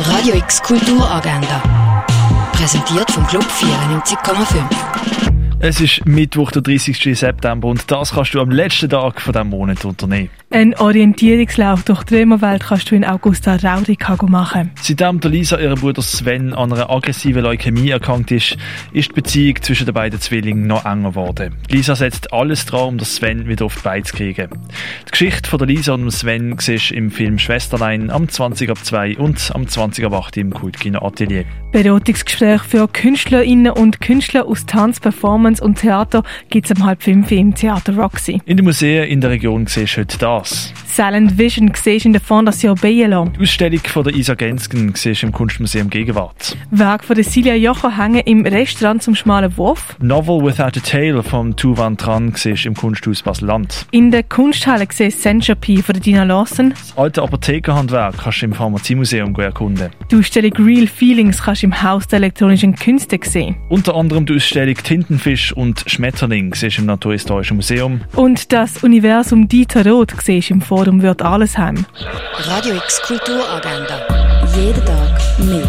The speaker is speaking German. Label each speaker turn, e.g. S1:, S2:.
S1: Radio X Kulturagenda. Präsentiert vom Club 94,5.
S2: Es ist Mittwoch, der 30. September und das kannst du am letzten Tag von diesem Monat unternehmen.
S3: Ein Orientierungslauf durch die Römerwelt kannst du in Augusta Rauricago machen.
S2: Seitdem der Lisa ihren Bruder Sven an einer aggressiven Leukämie erkrankt ist, ist die Beziehung zwischen den beiden Zwillingen noch enger geworden. Die Lisa setzt alles daran, um Sven wieder auf die Beine zu kriegen. Die Geschichte von der Lisa und dem Sven siehst du im Film Schwesterlein am 20 ab 2 und am 20 ab 8 im Kultkino Atelier.
S3: Beratungsgespräche für KünstlerInnen und Künstler aus Tanz, Performance und Theater gibt es um halb fünf im Theater Roxy.
S2: In den Museen in der Region siehst du heute da.
S3: Silent Vision siehst in der Fondation Bielo.
S2: Die Ausstellung von der Isa Gensken siehst im Kunstmuseum Gegenwart.
S3: Werk von der Silja Jocher hängen im Restaurant zum Schmalen Wurf.
S2: Novel Without a Tale von Tuvan Tran siehst im Kunsthaus Basel-Land.
S3: In der Kunsthalle siehst Centropy von der Dina Lawson.
S2: Das alte Apothekerhandwerk kannst du im Pharmaziemuseum erkunden.
S3: Die Ausstellung Real Feelings kannst du im Haus der elektronischen Künste sehen.
S2: Unter anderem die Ausstellung Tintenfisch und Schmetterling siehst im Naturhistorischen Museum.
S3: Und das Universum Dieter Roth siehst im Forum Wird alles heim.
S1: Radio X Kulturagenda. Jeden Tag mehr.